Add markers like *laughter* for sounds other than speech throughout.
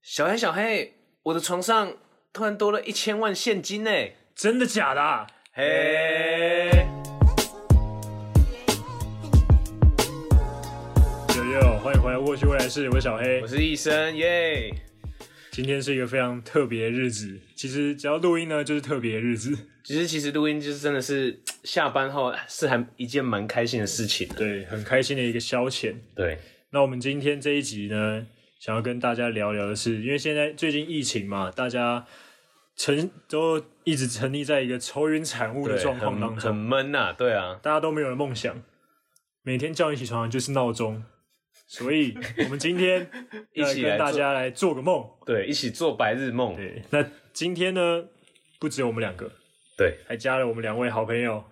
小黑，小黑，我的床上突然多了一千万现金呢！真的假的、啊？嘿，悠悠，欢迎回来，过去未来式，我是小黑我。是医生，耶！今天是一个非常特别的日子，其实只要录音呢，就是特别的日子。其实，其实录音就是真的是下班后啊是还一件蛮开心的事情的。对，很开心的一个消遣。对，那我们今天这一集呢，想要跟大家聊聊的是，因为现在最近疫情嘛，大家沉都一直沉溺在一个愁云惨雾的状况当很很中，闷呐、对啊，大家都没有了梦想，每天叫你起床的就是闹钟。所以，我们今 *laughs* 天一起要来跟大做家来做个梦。对，一起做白日梦。对，那今天呢，不只有我们两个，对，还加了我们两位好朋友，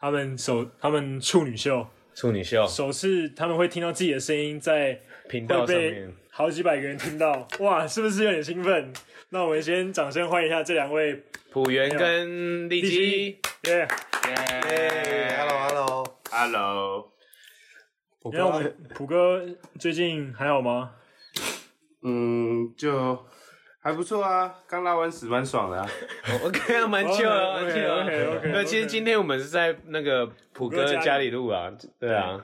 他们首他们处女秀，处女秀首次他们会听到自己的声音在频道会上被面，好几百个人听到， *laughs* 哇，是不是有点兴奋？那我们先掌声欢迎一下这两位，浦原跟丽丽姬姬，耶、 Hello，Hello， Hello，我那我们普哥最近还好吗？嗯，就还不错啊，刚拉完屎蛮爽的啊。 OK 啊，蛮久了，蛮久了。哦 OK，那其实今天我们是在那个普普哥哥家里家里录啊，对啊，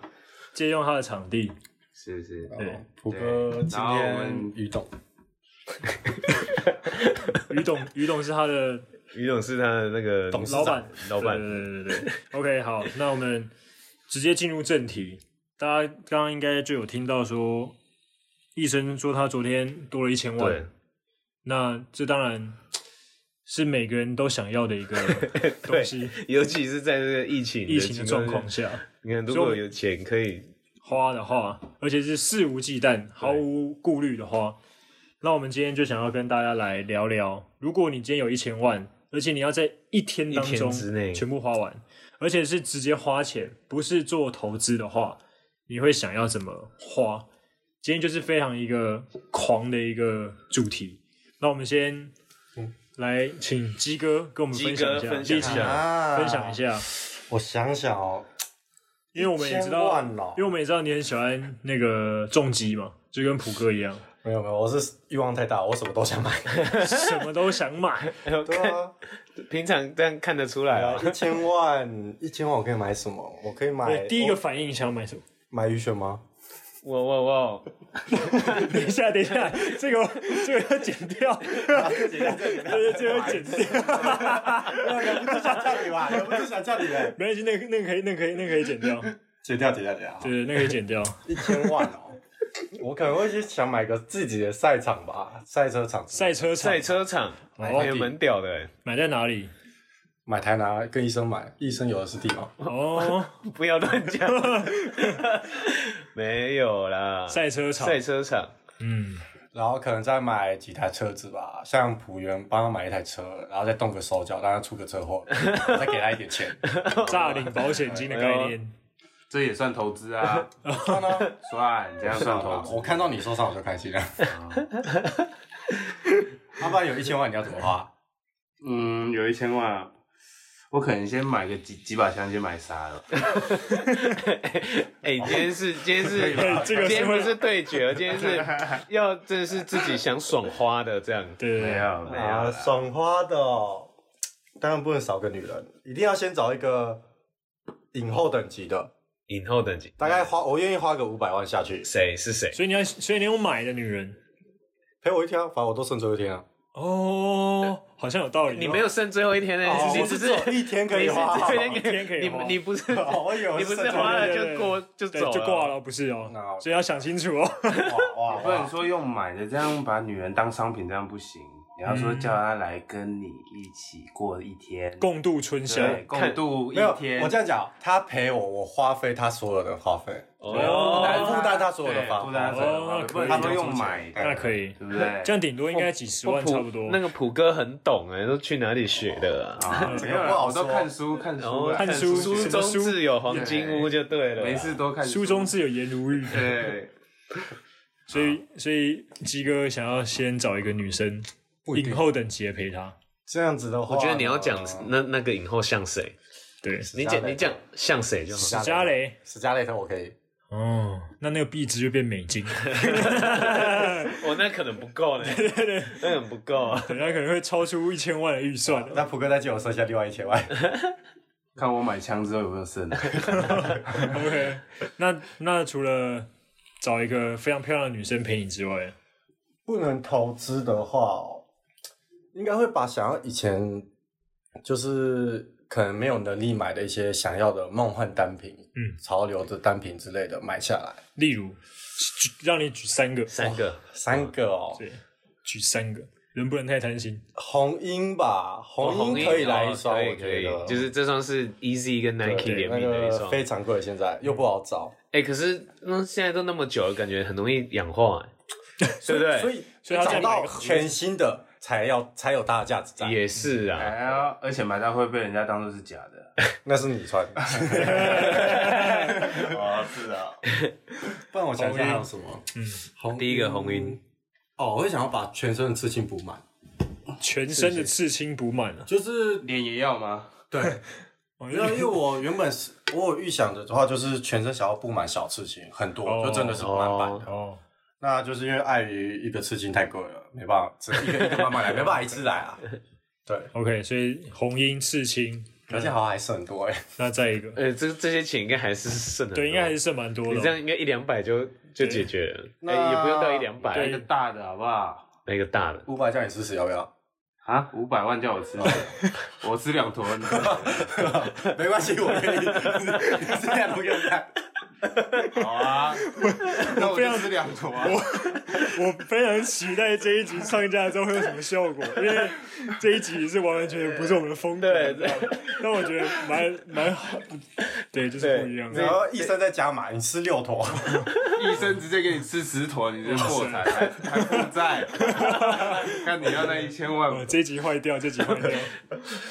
借用他的场地，是是，对，普哥今然后我天们于董，于董于董是他的于总是他的那个董老板，老板对对对对对。OK，好，那我们直接进入正题。大家刚刚应该就有听到说，医生说他昨天多了一千对万，，那这当然是每个人都想要的一个东西。尤其是在这个疫情疫情的状况下，下你看如所以我果们有钱可以，花的话，而且是肆无忌惮、毫无顾虑的花。那我们今天就想要跟大家来聊聊，如果你今天有一千万，而且你要在一天当一天中之内全部花完，而且是直接花钱，不是做投资的话，你会想要怎么花？今天就是非常一个狂的一个主题。那我们先来请鸡哥跟我们分享一鸡下，哥分享一下立即分享啊一。下，我想想哦，因为我们也知1000道，万哦因为我们也知道你很喜欢那个重击嘛，就跟普哥一样，没有没有，我是欲望太大，我什么都想买。什么都想买。哎呦 *laughs* 对啊，平常这样看得出来啊，一千万，一千万我可以买什么？我可以买对，第一个我反应想买什么？ *laughs* 买鱼选吗？哇哇哇，等一下，等一下，这个这个要剪掉， *laughs* 对对，这个要剪掉， *laughs* 不是想叫你吧？哎我不是想叫你嘞。没关系，那个那个可以，那个可以，那个可以剪掉，解掉，解掉，解掉。对，那个可以剪掉。一千万哦， *laughs* 我可能会去想买个自己的赛场吧，赛车场。赛车场赛车场哦也蛮屌的欸，买在哪里？买台拿跟医生买，医生有的是地方。哦，不要乱 *laughs* 讲，没有啦，赛车场，赛车场，嗯，然后可能再买几台车子吧，像浦原帮他买一台车，然后再动个手脚，让他出个车祸，我再给他一点钱。诈领保险金的概念，这也算投资 *laughs* 啊，看啊算，这样算投资。我看到你受伤我就开心了。 *laughs* 要不然有一千万你要怎么花？嗯，有一千万，我可能先买个几几把枪，先买杀了。 *laughs* 哎，今天是今天是 *laughs* 哎这个今是天会不是对决，今天是 *laughs* 要真的是自己想爽花的这样，对对没对，有没有啊，啦，爽花的哦、当然不能少个女人，一定要先找一个影后等级的，影后等级，大概花我愿意花个五百万下去，谁是谁？所以你要，所以你有买的女人，陪我一天啊，反正我都剩最后一天啊。哦，好像有道理哦。你没有剩最后一天呢，哦哎你我只是是只有一天可以花啊你是对一天可以你花你不是 *laughs* 哦我以为你不是这是种花了对对就对过就对，走就挂了，不是哦那，所以要想清楚哦。 *laughs* 啊哇 *laughs* 不能说用买的这样把女人当商品，这样不行。你要说叫她来跟你一起过一天，共度春宵。对共度一没有，天。我这样讲，他陪我，我花费他所有的花费。哎哦对负担他所有的房对负担他所有的哦房，不能可以说用买的，那可以对不对？这样顶多应该几十我万哦普差不多。那个普哥很懂哎，都去哪里学的啊？啊，这没个有不啦，好我都说看书看然书后啦，看书书书什中么书啊自有黄金屋就对了啦，没事多看书中自有颜如玉，对，所以所以鸡哥想要先找一个女生，不一定影后等级的陪他。这样子的话，我觉得你要讲那那个影后像谁，对，你讲你讲像谁就好。史嘉蕾。史嘉蕾特我可以，哦，那那个壁纸就变美金。我那可能不够呢，那很不够啊。人家可能会超出一千万的预算。那普哥再借我剩下另外一千 *laughs* 万，看我买枪之后有没有剩。 OK，那那除了找一个非常漂亮的女生陪你之外，不能投资的话、哦，应该会把想要以前就是可能没有能力买的一些想要的梦幻单品，嗯，潮流的单品之类的买下来。例如，举让你举三个，三个三个哦，嗯对，举三个，人不能太贪心。红鹰吧，红鹰鹰可以来一哦双，可我以可觉以得，就是这双是 Easy 跟 Nike 对联那名的一个双。非常贵，现在又不好找，哎，可是那现在都那么久了，感觉很容易氧 *laughs* 化，哎对不所对？以所以他再买找一到个盒子全新的才要才有它的价值在，也是啊，哎呀，而且买到会被人家当做是假的。那是你穿的， *laughs* 哦，是啊， *laughs* 不然我想想还有什么？嗯，红第一个红鹰。哦，我会想要把全身的刺青补满，全身的刺青补满了，就是脸也要吗？对，因为因为我原本是我有预想的话，就是全身想要布满小刺青，很多、哦就真的是满满的。哦，那就是因为碍于一个刺青太贵了，没办法，只一个一个慢慢来，没办法一次来啊。对， OK，所以红缨刺青，而且好像还是很多哎、那再一个，呃，这这些钱应该还是剩的，对，应该还是剩蛮多你的这样应该一两百就就解决了，那哎，也不用到一两买一百，个大的好不好？那个大的。五百叫你试试要不要？啊，五百万叫我吃，我吃两坨。 *laughs* 没关系，我愿意。你是这样不用看。好啊， *laughs* 那我就吃两坨啊。我非常期待这一集上架之后会有什么效果，因为这一集是完完全全不是我们的风格，对你知道吗但我觉得蛮蛮好，对，就是不一样 *laughs* 然的。后医生再加码，你吃六 *laughs* 坨，医生直接给你吃十坨，你就破产还还负 *laughs* 债，看你要那一千万呃，这一集坏掉，这一集坏掉，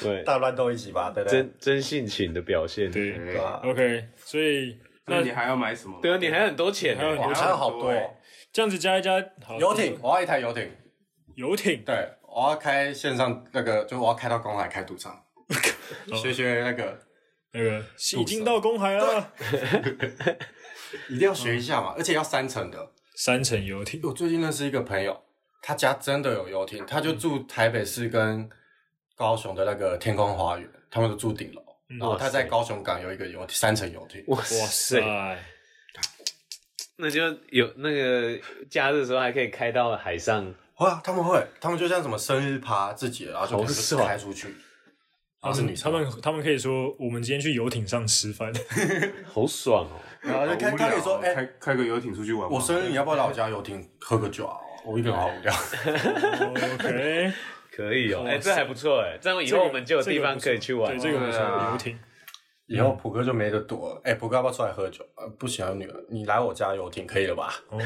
对，大乱斗一起吧，对不对？真真性情的表现。对对吧？ ，OK，所以那你还要买什么？对啊，你还有很多钱还有呢。我还有好多、哦、这样子加一加，好游艇，，我要一台游艇。游艇，对，我要开线上那个，就我要开到公海开赌 *laughs* 场，学学那个，那个已经到公海了，一定要学一下嘛，而且要三层的。三层游艇，我最近认识一个朋友，他家真的有游艇，他就住台北市跟高雄的那个天空花园，他们都住顶楼，然哦后他在高雄港有一个游艇，三层游艇。哇哇塞塞，，那就有那个假日的时候还可以开到海上，哇，他们会，他们就像什么生日趴自己的，然后就好啊可能就爽开出去，嗯他然后是女们他生，们他们可以说，我们今天去游艇上吃饭，好爽哦！然后好啊就无开，聊哦，他可以说，哎、开开个游艇出去玩吧。我生日你要不要来我家游艇喝个酒啊？我一个人好无 *laughs* 聊。哦 OK，可以哦，哇哎，这还不错哎，这样以这后个我们就有地方可以去玩。哦对，这个不对啊错，游艇。以后普哥就没得躲了。哎、普哥要不要出来喝酒？呃，不行啊，女儿，你来我家游艇可以了吧？哦，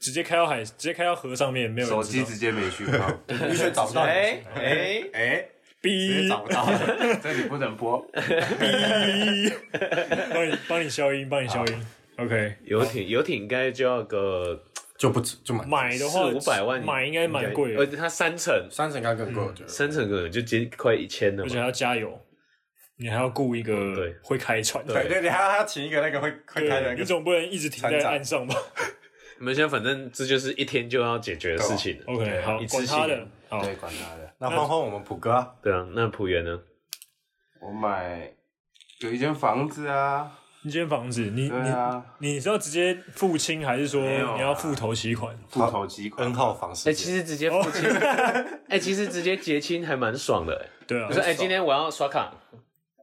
直接开到海，直接开到河上面，没有人手知机道。直接没讯号， *laughs* 你选找不到你，哎哎，哎，直接哔找不到。这里不能播。哔， *laughs* 帮你帮你消音，帮你消音。OK，游艇游艇应该就要个就不止，就买买的四话五百万，买应该蛮贵而的，且它三层三层应该更贵，我觉得。三层可能就接近快一千了而嘛且。还要加油，你还要雇一个嗯对会开船的。对对，你还要还要请一个那个会会开的对，那你个。总不能一直停在船长岸上吧你们现在反正这就是一天就要解决的事情了。 ？OK，好，一管次性他的，好，对，管他的。那换换我们普哥、啊，对啊，那浦原呢？我买有一间房子啊，一间房子，你对你啊，你是要直接付清，还是说没有啊你要付头期款？户头几款 n 号房哎，是。其实直接付清， *laughs* 哎，其实直接结清还蛮爽的。哎对啊我，说，哎，今天我要刷卡，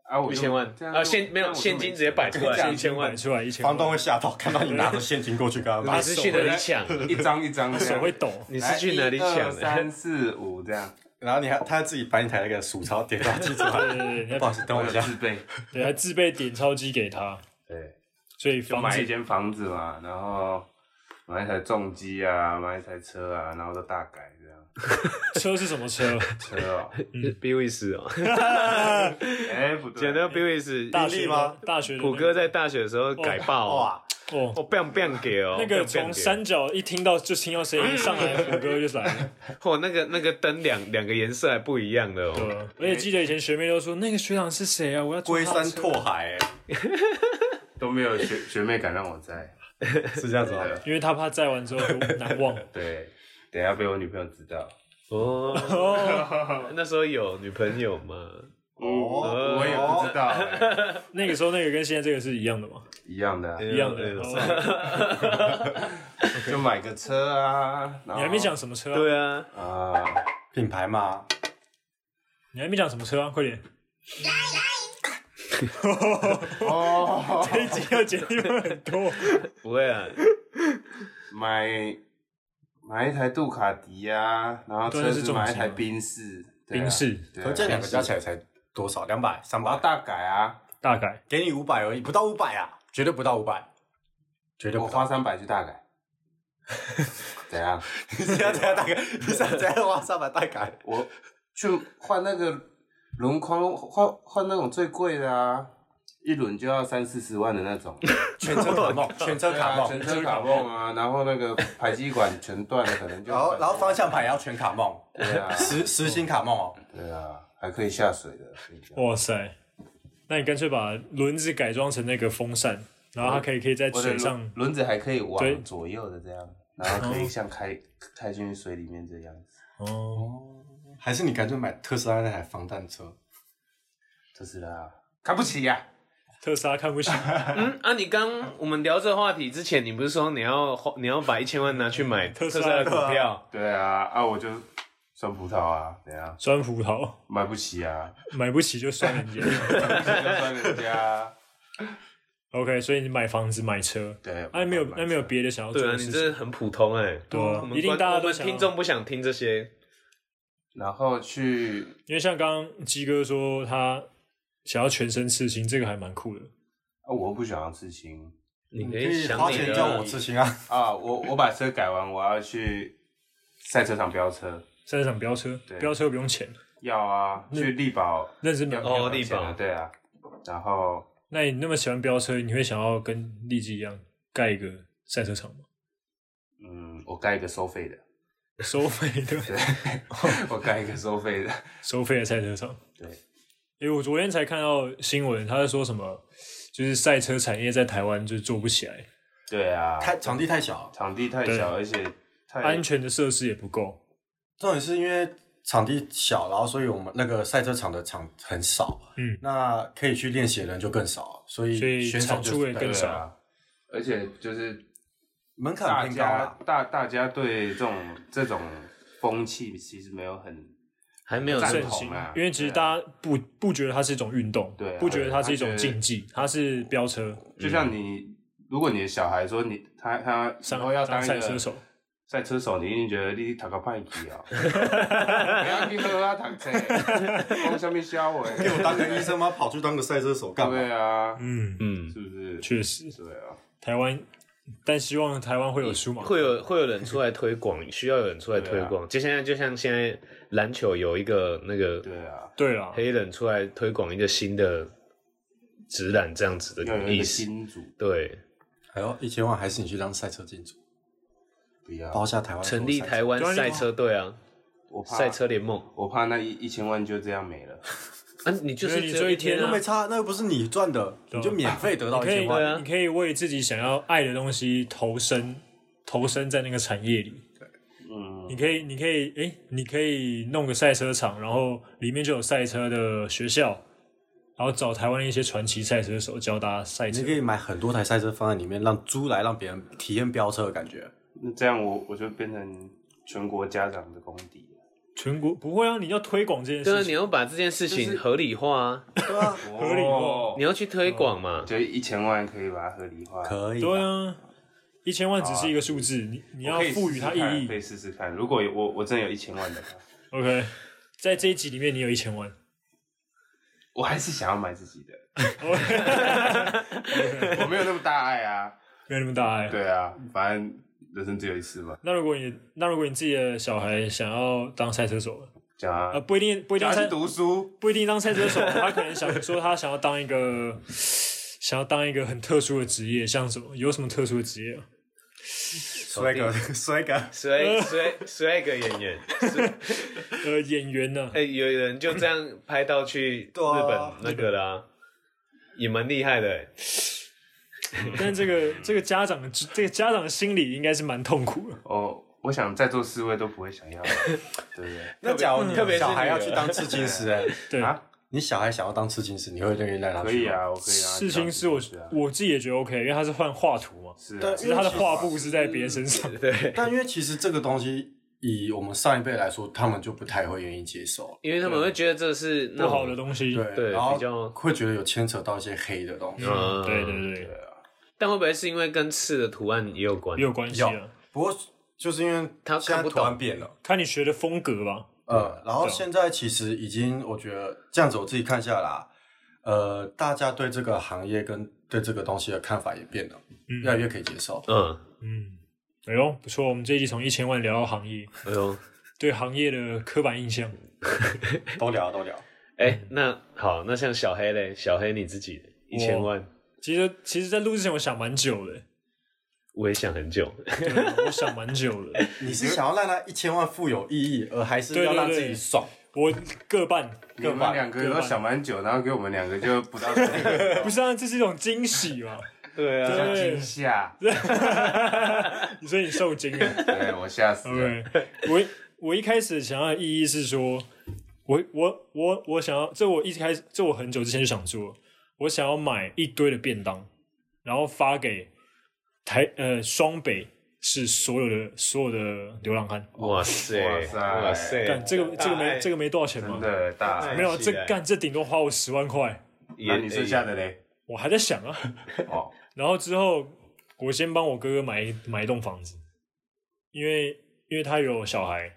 啊，我一就千万这样啊，就现没有现金直接摆出来一千摆万，出来一千万，房东会吓到，看到你拿着现金过去跟他买你。是去哪里抢？一张一张这 *laughs* 手样哎会，抖。你是去哪里来一抢二的？三四五这样，然后你还他自己把你台那个薯钞点到机出 *laughs* 对来。对对，你 *laughs* 不好还意思，等我我有一下。自备，对，还自备点钞机给他，对，所以就房买子一间房子嘛，然后买一台重机啊，买一台车啊，然后都大改这样。车是什么车？车哦， *laughs* 比利斯哦，哎不对，讲到比利斯，大学盈利吗？大学的那虎个哥在大学的时候改爆哦，哇，哦，我 bang bang 给哦，那个从 bang bang 给，山脚一听到就听到声音，上来虎哥就来了。嚯，那个那个灯两两个颜色还不一样的对哦，啊，而且记得以前学妹都说那个学长是谁啊？我要坐龟他山的车拓海、都没有学学妹敢让我在，哎是这样子吗？因为他怕载完之后都难忘。 *laughs* 对，等一下被我女朋友知道。哦，哦，那时候有女朋友吗？哦，我也不知道欸，那个时候那个跟现在这个是一样的吗？哎一 *laughs* 样的啊、一一样的。哦就买个车啊。你你还没讲什么车啊？对啊，啊？品牌嘛，你还没讲什么车啊？快点！ *laughs* 哦，这一集要剪掉很多。不会啊，买买一台杜卡迪啊，然后对车那是子重买一机台嘛宾士，对啊宾，士对啊可是这两个加起来才多少？两百、三我要百，大改啊，大概给你五百而已，不到五百啊，绝对不到五百，绝对我不 *laughs* 花到。三百去大 *laughs* 改，怎样？你是要怎样大概？你是要怎样花三百大概？我去换那个轮框，换换那种最贵的啊，一轮就要三四十万的那种，全车卡梦， *laughs* 全车对卡啊，梦，全车卡泵啊，然后那个排气管全断了，可能就然后然后方向盘也要全卡梦，对啊，实实心卡梦哦。对啊，还可以下水的，可以这样哇塞！那你干脆把轮子改装成那个风扇，然后它可以可以在我的水轮上。轮子还可以对往左右的这样，然后可以像开开进去水里面这样子，哦，还是你干脆买特斯拉那台防弹车？就是啦，看不起呀，特斯拉看不起，嗯啊，你刚我们聊这话题之前，你不是说你要花你要把一千万拿去买特斯拉的股票？对啊，啊我就酸葡萄啊，怎样酸葡萄买不起啊，买不起就酸人家。 *laughs* 就算人家啊 OK，所以你买房子买车，啊 *laughs* 对，那、哎没有买那没有别的想要做对啊，的你事这情。很普通哎、对啊我们一定观大家我都们想要听众不想听这些。然后去因为像刚刚鸡哥说他想要全身刺青，这个还蛮酷的。啊，我不想要刺青你可可以以想花你钱的，叫我刺青啊！啊，我我把车改完，我要去赛车场飙车，赛车场飙车，对飙车不用钱，要啊，去力宝认真要飙。哦要钱啊力宝对啊，然后那你那么喜欢飙车，你会想要跟荔枝一样盖一个赛车 *laughs* 场吗？嗯，我盖一个收费的， *laughs* 收费的，对， *laughs* 我盖一个收费的，收费的赛车场。对，因为我昨天才看到新闻，他在说什么，就是赛车产业在台湾就做不起来，对啊，太场地太小，场地太小，而且太安全的设施也不够。重点是因为场地小，然后所以我们那个赛车场的场很少，嗯，那可以去练习的人就更少，所所以以选手产就出也对更对少啊，而且就是门槛大偏高啊家啊啦。大大家对这种这种风气其实没有很还没有赞正盛同行啊，因为其实大家不不觉得它是一种运动，对啊不觉得它是一种对啊竞技，它是飙车，就像你，如果你的小孩说你他他以上后要当一赛个车手，赛车手，你一定觉得你读个派去啊，不要去喝啊，读册，讲什么笑话？给我当个 *laughs* 医生吗？跑去当个赛车手干嘛？对啊，嗯，嗯，是不是？确实，对啊，台湾，但希望台湾会有舒马，会有会有人出来推广，需要有人出来推广。就现在就像现在篮球有一个那个对啊，对啦，黑人出来推广一个新的直男这样子要有的一意个思，新主，对，还有哎一千万，还是你去当赛车金主，不要，包下台湾成立所有赛车台湾赛车队啊，我怕赛车，联盟我怕那一一千万就这样没了。啊，你就因为是你只有这一天天啊那没差，那又不是你赚的，你就免费得到啊你一可以千万。啊你可以为自己想要爱的东西投身，投身在那个产业里。嗯，你可以，你可以，哎、你可以弄个赛车场，然后里面就有赛车的学校，然后找台湾的一些传奇赛车手教大家赛车你可。以买很多台赛车放在里面，让租来让别人体验飙车的感觉。那这样我我就变成全国家长的公敌了。全国不会啊，你要推广这件对啊，事你情。要把这件事情合理化啊，对啊，合理化哦你要去推广嘛。就一千万可以把它合理化，可以。对，啊，一千万只是一个数字，你你要可以赋予试试它看意啊可义。以试试看。如果有我我真的有一千万的话， OK，在这一集里面，你有一千 *laughs* 万。我还是想要买自己的。我没有那么大爱啊。没有那么大爱。对啊，反正人生只有一次嘛，那如果你那如果你自己的小孩想要当赛车手，讲呃，啊，不一定不一定讲去赛读书，不一定当赛车手，他可能想说他想要当一个想要当一个很特殊的职业，像什么有什么特殊的职业啊？摔 *laughs* 个摔个，谁 *laughs* 谁谁个演员，呃，演员呢、哎、有人就这样拍到去日对啊本那个啦、也蛮厉害的、欸。但是这个这个家长的这个家长的心理应该是蛮痛苦的。哦，我想在座四位都不会 *laughs* 想要，对不对？那假如你特别是小孩要女儿去当刺青师，哎，对啊你小孩想要当刺青师，你会愿意带他去？可以，啊，我可以啊。刺青师我是啊，我自己也觉得 OK，因为他是换画图嘛，是对啊，只是他的画布是在别人身上。对，但因为其实这个东西，以我们上一辈来说，他们就不太会愿意接受了。因为他们会觉得这是那啊种不好的东西，对，对然后比较会觉得有牵扯到一些黑的东西。嗯对对对，但会不会是因为跟刺的图案也有关也？有关系啊。不过就是因为他现看在不懂嗯突然变了，看你学的风格吧，呃，然后现在其实已经，我觉得这样子我自己看下来啊，呃，大家对这个行业跟对这个东西的看法也变了，越来越可以接受。嗯，嗯，哎呦不错，我们这一集从一千万聊到行业，哎呦，对行业的刻板印象，嗯都 *laughs* 聊都聊，哎、那好，那像小黑嘞，小黑你自己一千万，其实其实，在录之前我想蛮久的，我也想很久。对，我想蛮久的，你是想要让他一千万富有意义，而还是对要对让自对己爽？我各半，你们两个各都半想蛮久，然后给我们两个就不到惊 *laughs* 不是啊，这是一种惊喜嘛，对啊，对， *laughs* 吓，你说你受惊了对我吓死了。 ，OK，我我一开始想要的意义是说，我我我我想要，这我一开始这我很久之前就想做，我想要买一堆的便当，然后发给台呃双北市所有的所有的流浪汉， *laughs* 哇塞，哇塞哇塞，干这个这个没这个个没多少钱嘛哎真，的大爱，没有这起来干这顶多花我十万块，那你剩下的嘞？我还在想啊，哦， *laughs* 然后之后我先帮我哥哥买一买一栋房子，因为因为他有小孩，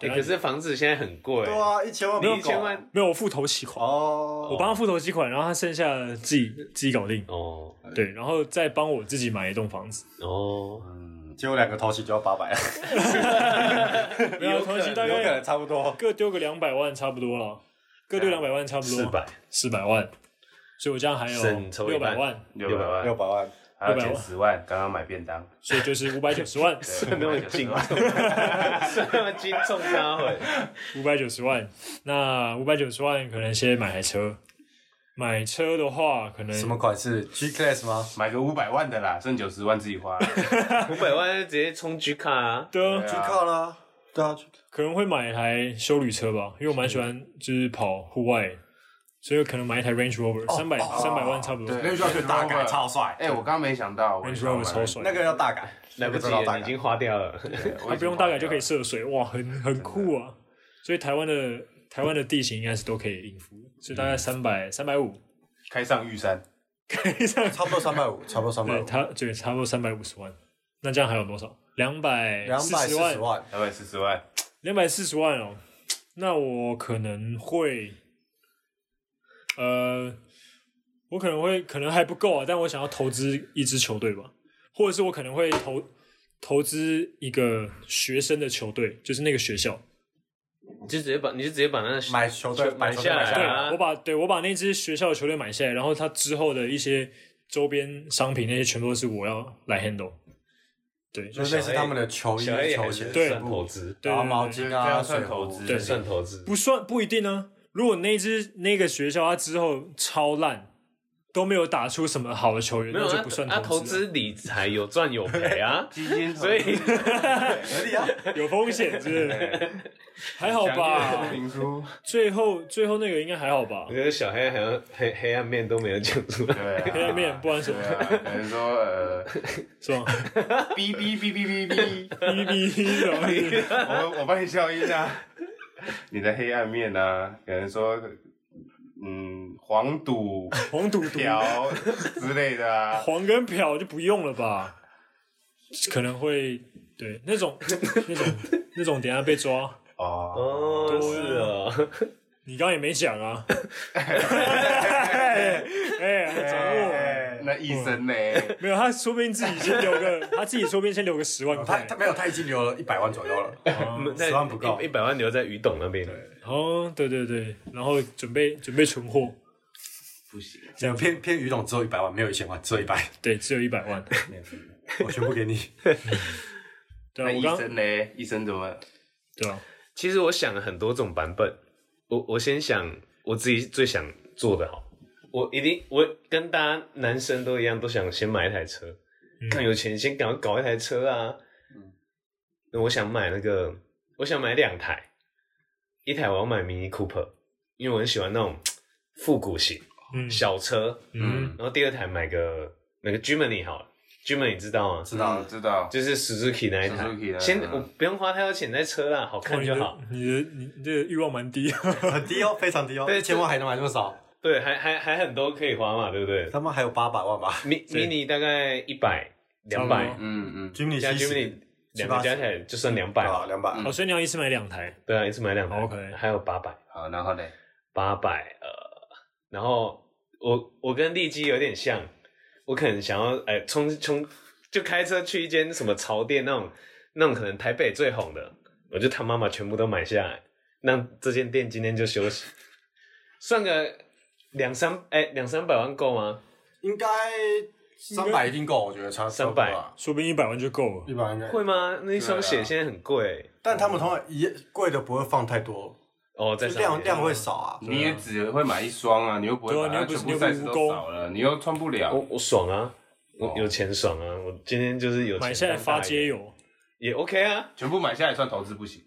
哎、可是房子现在很贵，对啊，一千万你一千万没有我付头期款，哦，我帮他付头期款，然后他剩下的自己自己搞定，哦对，然后再帮我自己买一栋房子，哦，嗯结果两个头期就要八百，没有头期大有可概能差不多。各丢个两百万差不多了，各丢两百万差不多四百四百万，所以我这样还省有抽一六百半万，六百六万，百万，还要六百减万十万，刚刚买便当，所以就是五百九十万， *laughs* 那么精啊重， *laughs* 那么精重他会，五百九十万，那五百九十万可能先买台车，买车的话可能什么款式？G Class 吗？买个五百万的啦，剩九十万自己花。五百万直接充 G 卡啊，对啊对啊去靠啦，对啊，去可能会买一台修旅车吧，因为我蛮喜欢就是跑户外，所以可能买一台 Range Rover，三百三百万差不多。对哦 Range Rover 大改超帅哎，我刚刚没想到，我 Range Rover 超帅，那个要大改，来不及那个真的要了，大你已改经花掉了。 *laughs* 我它已经啊不用花大改就可以掉涉水，哇，很很酷啊！所以台湾的台湾的地形应该是都可以应付，所以大概嗯三百三百五，了开上玉山，可以这样差不 *laughs* 多三百五，差不多三百对，五，它对差不多三百五十万。那这样还有多少？两百两百十四十万，两百四十万，两百四十万哦，那我可能会，呃，我可能会可能还不够啊，但我想要投资一支球队吧，或者是我可能会投投资一个学生的球队，就是那个学校，你就直接把你就直接把那个买球队球买球队买下买来下对来，啊我把对我把那支学校的球队买下来，然后它之后的一些周边商品那些全部都是我要来 handle，对，就是类似他们的球衣小黑、也球还是鞋、对算投资，对然后对毛对巾这啊、样算水投壶资，对算投资，不算不一定呢、如果那支那个学校它之后超烂，都没有打出什么好的球员，没有那啊就不算啊，投投资资理财有赚有赔啊基金投资，所以合理啊。啊，有风险是不是？对还好详吧阅，评估，最后最后那个应该还好 *laughs* 吧我。觉得小黑好像黑黑暗面都没有讲出来。对啊，黑暗面不然什么对啊，可能说呃，是吧？哔哔哔哔哔哔，一比一什么意思？我我帮你消音啊。你的黑暗面啊，可能说，嗯，*laughs* 黄赌黄赌毒，嫖之类的啊，黄跟漂就不用了吧？可能会对那种那种那种，等一下被抓。哦， *laughs* 哦，是哦，你刚刚也没讲啊，哎，哎掌握。哎那医生呢？ *laughs* 没有，他说不定自己先留个， *laughs* 他自己说不定先留个十万他块。他没有，他已经留了一百万左右了。在十万不够一一百万留在于董那边。哦，对对对，然后准备准备存货，不行，这样偏偏于董只有一百万，没有一千万，只有一百，对，只有一百万。我全部给你。对啊，那我医刚生呢？医生怎么？对啊，其实我想了很多种版本，我我先想我自己最想做的好，我一定我跟大家男生嗯都一样，都想先买一台车，看有钱先赶快搞一台车啊。那我想买那个，我想买两台，一台我要买 Mini Cooper，因为我很喜欢那种复古型嗯小车，嗯然后第二台买个买个 Germany 好了，Germany 知道吗？知嗯道知道，就是 Suzuki 那一台 Suzuki 那一台先我不用花太多钱在车啦，好看就好。。哦你的你的你这欲望蛮低， *laughs* 很低哦，非常低哦。对一千万还能买那么少？对，还还还很多可以花嘛，对不对他妈还有八百万吧 Mi-？Mini 大概一百、两差百，嗯嗯， ？Jimmy 加 Germany 两个加起来就剩两百啊，嘛。两百。好，所以你要一次买两台，对啊，一次买两台 OK 还有八百。好，然后嘞，八百呃，然后我我跟利基有点像，我可能想要哎冲冲就开车去一间什么潮店那种那种可能台北最红的，我就他妈妈全部都买下来，让这间店今天就休息，算个两三哎两三百万够吗？应该三百一定够，我觉得差三百，说不定一百万就够了。一百应该。会吗？那一双对鞋啊现在很贵、但他们通常一贵的不会放太多，哦，在就上量面量会少啊。你也只会买一双啊，你又不会对啊把它你又全不部是 size 你又不都是少了，你又穿不了我。我爽啊，我哦有钱爽啊，我今天就是有钱买下来当大发爷街友，也 OK 啊，全部买下来算投资 *laughs* 不行，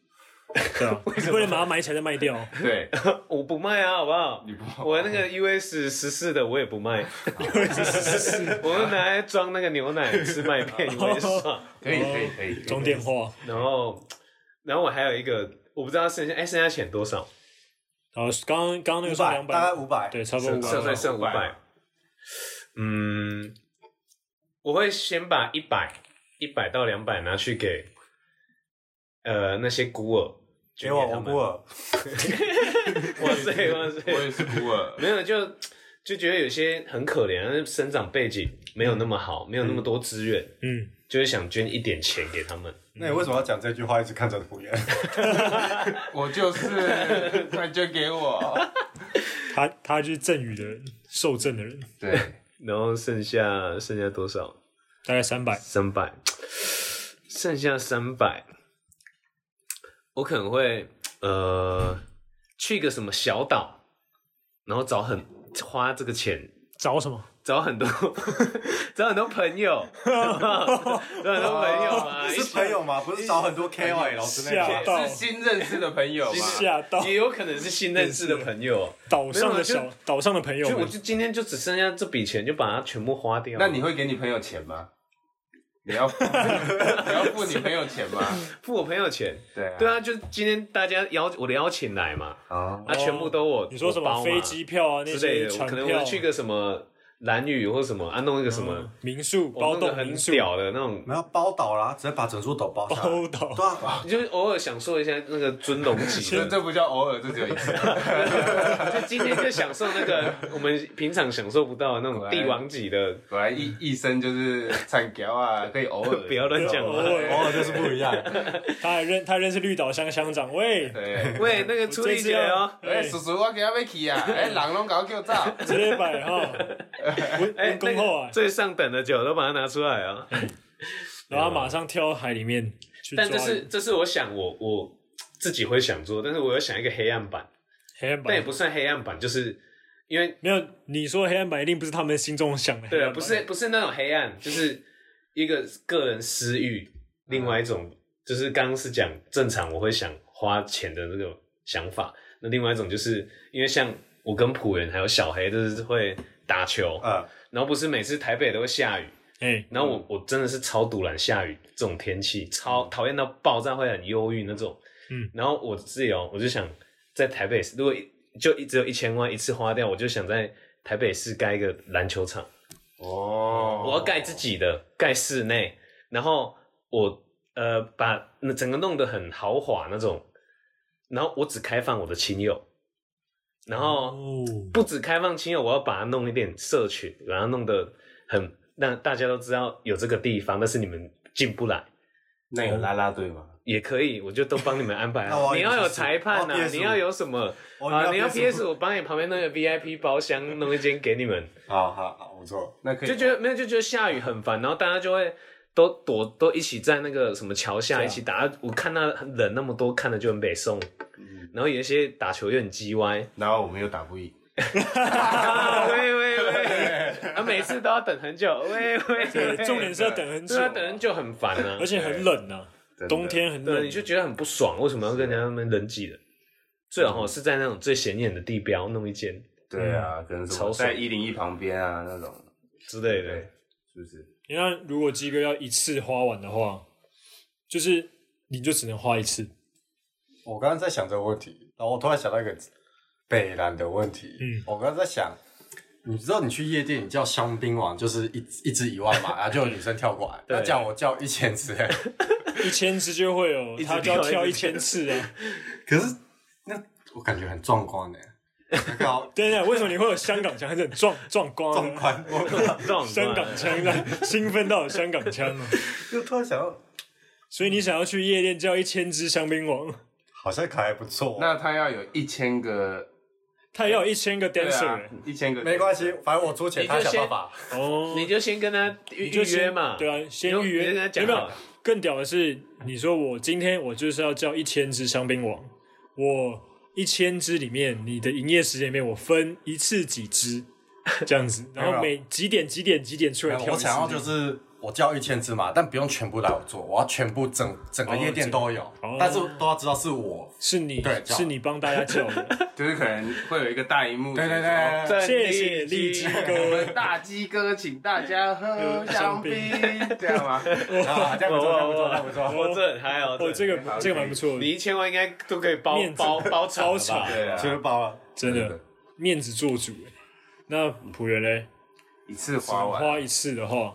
对啊，你不能把它买起来再卖掉。对，我不卖啊，好不好？你不 *laughs* 我那个 US 十四的我也不卖，US 十四，我就拿来装那个牛奶吃麦片，我也爽。 *laughs* 可以可以可以，装电话，然后，然后我还有一个，我不知道剩下哎、剩下钱多少，然后刚刚刚刚那个五是百两大概百，五百，对，差不多五剩剩百。剩五百500。嗯，我会先把一百一百到两百拿去给呃那些孤儿，给我我孤儿，儿， *laughs* 哇塞哇塞，我也是孤儿，没有，就就觉得有些很可怜，但是生长背景没有那么好，没有那么多资源，嗯，就会想捐一点钱给他们。那你为什么要讲这句话？一直看着服务 *laughs* 员，我就是，快捐给 *laughs* 我。他他就是赠予的人，受赠的人，对，然后剩下剩下多少？大概三百。三百，剩下三百，我可能会呃去一个什么小岛，然后找很花这个钱找什么？找很多 *laughs* 找很多朋友，找很多朋 *laughs* 友啊，一是起朋友吗？不是找 *laughs* 很多 KOL 之类吓的吗。到是新认识的朋友嘛？吓到也有可能是新认识的朋友。岛上的没小有啊岛上的朋友就我们，就今天就只剩下这笔钱，就把它全部花掉。那你会给你朋友钱吗？你要 *laughs* 你要付你朋友钱吗？付我朋友钱？对啊对啊，就今天大家邀我的邀请来嘛，哦，啊，全部都我你说什我包么嘛飞机票啊，那之类些的，我船可票能我就去个什么蓝屿或什么，啊，弄一个什么，嗯民宿我包弄个栋很民宿，屌的那种我，们要包岛啦，直接把整座岛包下来。*laughs* *laughs* 包岛对啊，就是偶尔享受一下那个尊龙级 *laughs* 这的，这不叫偶尔，这只有一次。 *laughs* 就今天就享受那个我们平常享受不到的那种帝王级的，果然一一生就是惨条啊，可以偶尔。不要乱讲啊啊偶话。偶尔尔就是不一 *laughs* 样。他还认他还认识绿岛乡乡长， *laughs* 喂，对。喂，那个我处这理次姐要 *laughs* 哦，哎、哎叔叔，我给他要去 *laughs* 啊！哎、人拢搞叫走，直接摆哈，温哎温，那恭候个啊，最上等的酒都把它拿出来 *laughs* 啊。然后他马上跳到海里面去抓但鱼。这是这是我想我我自己会想做，但是我要想一个黑暗版，黑暗但也版，不算黑暗版，就是因为没有你说黑暗版一定不是他们心中想的黑对啊，暗版，不是不是那种黑暗，就是一个个人私欲，另外一种就是刚刚是讲正常我会想花钱的那种想法，那另外一种就是因为像我跟朴元还有小黑就是会打球，嗯，然后不是每次台北都会下雨，哎，然后我、我真的是超堵懒下雨这种天气，超讨厌到爆炸，会很忧郁那种。嗯，然后我自由，我就想在台北市，如果一就一只有一千万一次花掉，我就想在台北市盖一个篮球场，哦我要盖自己的，盖室内，然后我呃把那整个弄得很豪华那种，然后我只开放我的亲友，然后。哦，不止开放亲友，我要把它弄一点社群，把它弄得很让大家都知道有这个地方，但是你们进不来那有啦啦队吗？也可以，我就都帮你们安排 *laughs* 那我好。要你要有 PS5 裁判我啊，要 PS5 你要有什么我啊？你要 PS5 PS，我帮你旁边那个 VIP 包厢弄一间给你们，好好好，不错。那可以，就觉得没有就觉得下雨很烦，然后大家就会。都躲都一起在那个什么桥啊下一起打，我看到人那么多，看的就很北宋。嗯然后有一些打球有点叽 *laughs* 歪， *laughs* 然后我们又打不赢，啊喂喂喂，啊每次都要等很久，喂喂， *laughs* 啊啊对，重点是要等很久对，啊，等很久很烦啊而。且很冷呐，真的冬天很对，冷，你就觉得很不爽，为什么要跟人家那么人挤人？最嗯好哦是在那种最显眼的地标弄一间对啊，可能什么潮水在一零一旁边啊那种，之类的对，，是不是？你看，如果鸡哥要一次花完的话，就是你就只能花一次。我刚刚在想这个问题，然后我突然想到一个北兰的问题。嗯我刚刚在想，你知道你去夜店，你叫香槟王就是一一支一万嘛，然后就有女生跳过来，对他讲我叫一千支、欸，一千次就会有，一直他就要跳跳一一直跳千次啊！可是那我感觉很壮观呢、欸，搞对对，为什么你会有香港腔，还是很壮壮观啊？壮观， *laughs* 我 *laughs* 这种香港腔啊， *laughs* 兴奋到有香港腔啊！就突然想到，所以你想要去夜店叫一千只香槟王，好像可还不错。那他要有一千个，他也要有一千个对 dancer 啊欸、，一千个没关系，反正我出钱，你就他想先办法。哦，你就先跟他预你预就约先嘛，对啊，先预约。你就跟他讲没有没好有，更屌的是，你说我今天我就是要叫一千只香槟王，我一千只里面，你的营业时间里面，我分一次几只，这 *laughs* 样子，然没后有每几点几点几点出来没挑一有我次这想样。要就是我叫一千只嘛，但不用全部来我做，我要全部整整个夜店都有，哦但是都要知道是我。是你对这样是你帮大家叫的，就是可能会有一个大荧幕，对对对，正谢谢荔枝我哥。们大鸡哥请大家喝香 *laughs* 槟，这样吗？啊，这样不错，这样不错，这样不错。我这很嗨哦，哦，这个好这个蛮不错你的，一千万应该都可以包面子包包场了包吧场对啊，全包了。真的面子做主欸。那朴元嘞，一次花完，花一次的话，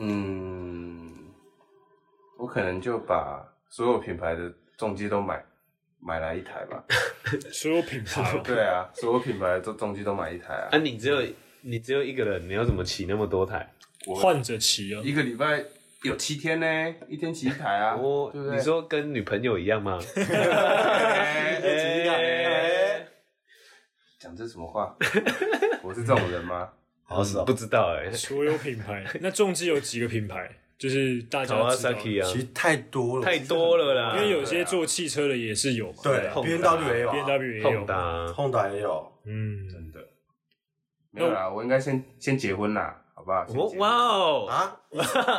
嗯，我可能就把所有品牌的重机都买买来一台 *laughs* 吧。所有品牌 *laughs* 哦对啊，所有品牌的重机都买一台啊，。啊哎你只有你只有一个人，你要怎么骑那么多台？换着骑啊，一个礼拜有七天呢，一天骑一台啊，哦对不，对？ *laughs* 你说跟女朋友一样吗？哎一天骑一台哎讲这什么话？我是这种人吗？好是哦不知道哎，所有品牌。那重机有几个品牌？就是大家知道，因 Kawasaki 其啊，实太多了，太多了啦，为有些做汽车的也是有嘛。对碰，B 的 N W 也有啊啊 B N W 也有碰。打碰打也有，嗯，真的没有啦，我应该先先结婚啦，好不好？先结哦婚哇！哦，啊，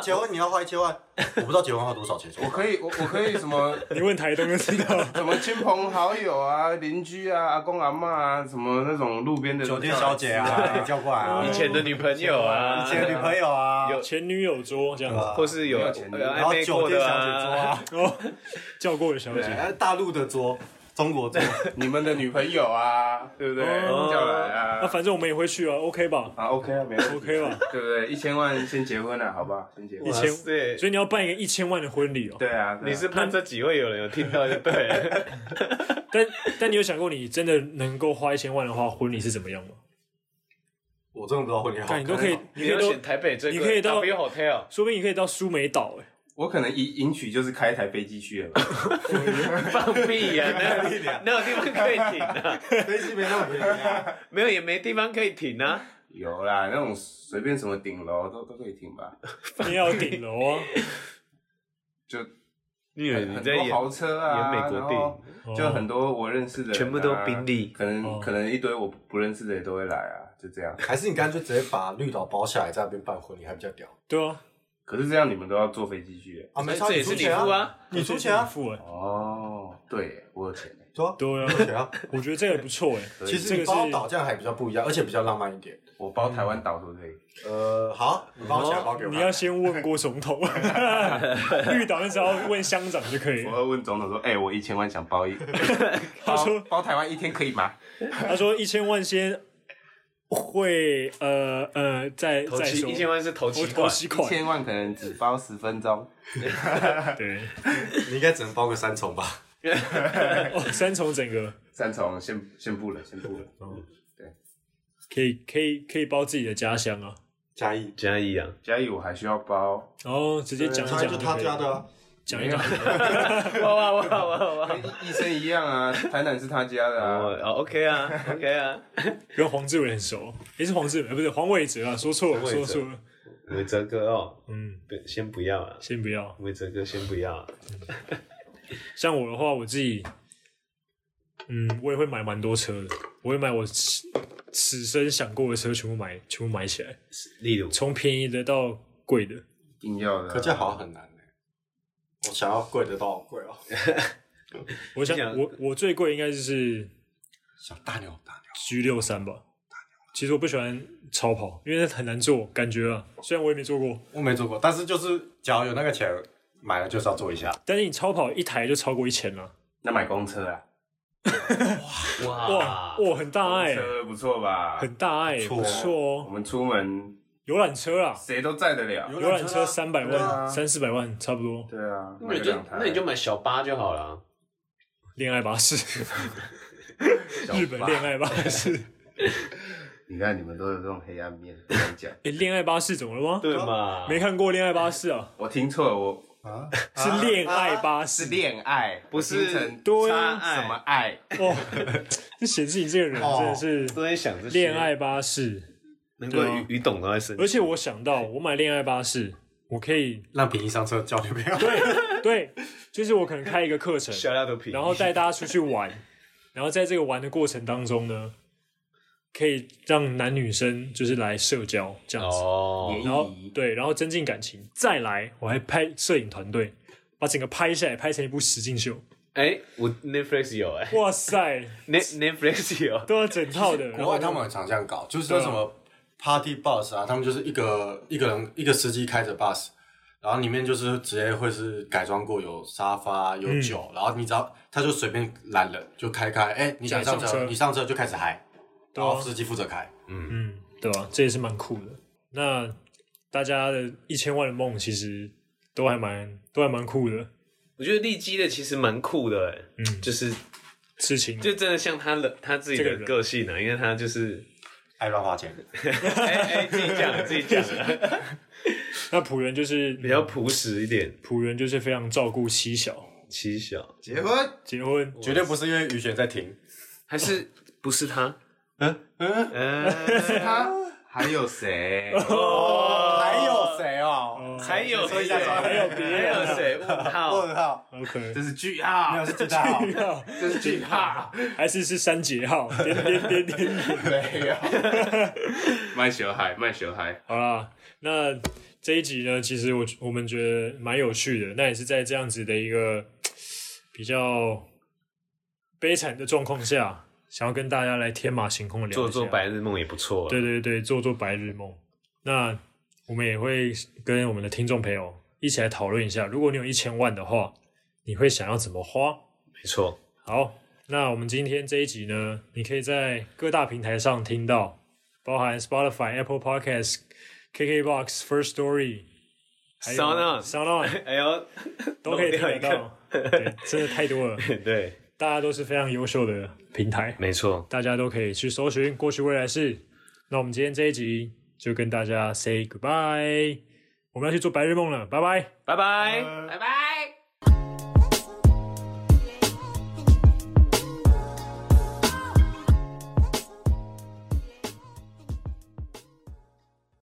结婚你要花一千万，我不知道结婚花多 *laughs* 少钱。我可以，我我可以什么你问台东就知道。 *laughs* 什么亲朋好友啊、邻居啊、阿公阿嬷啊，什么那种路边的酒店小姐啊，你叫过来 *laughs* 啊，以前的女朋友啊，以前的女朋友啊，有前女友桌这样对吧子，或是有没有有钱的然暧后昧酒过店的小姐桌啊， *laughs* 啊，哦，叫过的小对姐，哎大陆的桌，中 *laughs* 国桌，你们的女朋友啊，对不对？哦叫来那啊，反正我们也会去啊，OK 吧啊 OK 啊，没问题？OK 吧？对不对？一千万先结婚啊了，好不好？先结婚一。哇塞千，所以你要办一个一千万的婚礼哦。对啊，对啊你是怕这几位有人有听到就对了，但但你有想过，你真的能够花一千万的话，婚礼是怎么样吗？我真的不知道婚礼好哎看你都可 *laughs* 以，你你可要以选都，台北最贵你可以到 W Hotel，说不定你可以到苏梅岛哎。我可能迎迎娶就是开一台飞机去了吧， *laughs* *laughs* 放屁 *laughs* 呀，哪有哪有地方可以停啊？飞机没那么便宜啊。 *laughs* 没有也没地方可以停啊。有啦，那种随便什么顶楼都都可以停吧，你要有顶楼啊，就你以为你很在多演豪车啊，演美国电影然后就很多我认识的人啊、全部都宾利可能可能一堆我不认识的也都会来啊，就这样。还是你干脆直接把绿岛包下来，在那边办婚礼还比较屌对啊，可是这样你们都要坐飞机去耶。啊！没差，这也是你你出钱付，啊，你出钱啊，付哎，哦，对耶，我有钱耶。对 *laughs* 啊，对啊出，钱啊。我觉得这个也不错哎。其这实个你是包岛这样还比较不一样，而且比较浪漫一点。我包台湾岛都可以。呃，好，你包起来，包给我。哦啊你要先问郭 *laughs* 总统，绿岛那时候问乡长就可以我了。会问总统说：“哎、我一千万想 *laughs* 包一，他包说包台湾一天可以吗他说一千万先会呃呃再头再期说一千万是头投期投款，期？”一款，千万可能只包十分钟，对， *laughs* 你应该只能包个三重吧？哦，三重整个三重先先不了，先不了。可以可以可以包自己的家乡啊， *laughs* 嘉义，嘉义啊，嘉义我还需要包，然后直接讲一嘉义讲就就他可以家了，的啊。讲一讲，哇哇哇哇哇！跟医生一样啊，台南是他家的啊。哦哦，OK 啊，OK 啊，跟黄志伟很熟，也是黄志伟，呃不是黄伟哲啊，说错了，黄伟说哲错了，伟哲哥哦，嗯，不先不要啊，先不要。伟哲哥先不要啊，像我的话，我自己，嗯，我也会买蛮多车的，我会买我此此生想过的车，全部买，全部买起来，例如从便宜的到贵的。硬要的啊。可这样好像很难欸我想要贵的到好贵哦，我想你想我我最贵应该就是小大牛大牛， G 六三吧。其实我不喜欢超跑，因为那很难做，感觉啊，虽然我也没做过，我没做过，但是就是只要有那个钱买了就是要做一下。但是你超跑一台就超过一千了，那买公车啊，哇哇，哇，很大爱、车不错吧？哎很大爱、错不错我哦，们出门游览车啦，谁都载得了。游览车三百对啊万、三四百万差不多，对啊，那你买就两台那你就买小八就好了。恋爱巴士，小日本巴恋爱巴士，你看你们都有这种黑暗面，我跟你讲，哎、恋爱巴士怎么了吗？对啊嘛？没看过恋爱巴 *laughs* 士啊，我听错了，我啊，是恋爱巴是啊士，恋爱，不是我听成对差什么爱？哇， *laughs* 这显示你这个人哦真的都是在想这些恋，爱巴士。难怪于于董都在生气。而且我想到，我买恋爱巴士，我可以让平一上车叫女朋友， *laughs* 对对，就是我可能开一个课程，小料的皮，然后带大家出去玩，然后在这个玩的过程当中呢，可以让男女生就是来社交这样子，哦，联谊然后对，然后增进感情。再来，我还拍摄影团队。把整个拍下来，拍成一部实景秀。哎，我 Netflix 有 *laughs* 哎哇塞， ，Net Netflix 有，都要整套的。然国后外他们很常这样搞，就是那什么 party bus 啊，他们就是一个一个人一个司机开着 bus，然后里面就是直接会是改装过有沙发有酒，然后你只要他就随便拦人就开开，哎、你想上假上车，车你上车就开始嗨，对然啊后司机负责开，嗯，对吧、这也是蛮酷的。那大家的一千万的梦，其实都还蛮都还蛮酷的。我觉得利基的其实蛮酷的哎，嗯就是事情就真的像他的他自己这的个人个性啊，因为他就是爱乱花钱，哎哎自己讲自己讲啊，那仆人就是比较朴实一点，仆人就是非常照顾妻小，七小结婚结婚绝对不是因为雨璇在停，还是不是他？嗯，嗯， *laughs* 他 *laughs* 还有谁？还有谁哦？还有说一下谁还有别人啊还有谁？问号 *laughs* 问号， ，OK， *laughs* 这是句号没，有是巨大号，这是句 *laughs* 号，还是是三节号， *laughs* 点点点点点。没有。卖小孩，卖小孩，好啦，那这一集呢，其实我我们觉得蛮有趣的。那也是在这样子的一个比较悲惨的状况下，想要跟大家来天马行空的聊一下做做白日梦也不错啊，对对对，做做白日梦。那我们也会跟我们的听众朋友一起来讨论一下，如果你有一千万的话，你会想要怎么花？没错。好，那我们今天这一集呢，你可以在各大平台上听到，包含 Spotify、Apple Podcasts、KKBox、First Story。还有 Sound On Sound On 哎呦，都可以听得弄掉一到， *laughs* 对，真的太多了，个，对，大家都是非常优秀的平台。没错。大家都可以去搜寻过去未来式。那我们今天这一集就跟大家 say goodbye，我们要去做白日梦了，拜拜。拜拜，拜拜。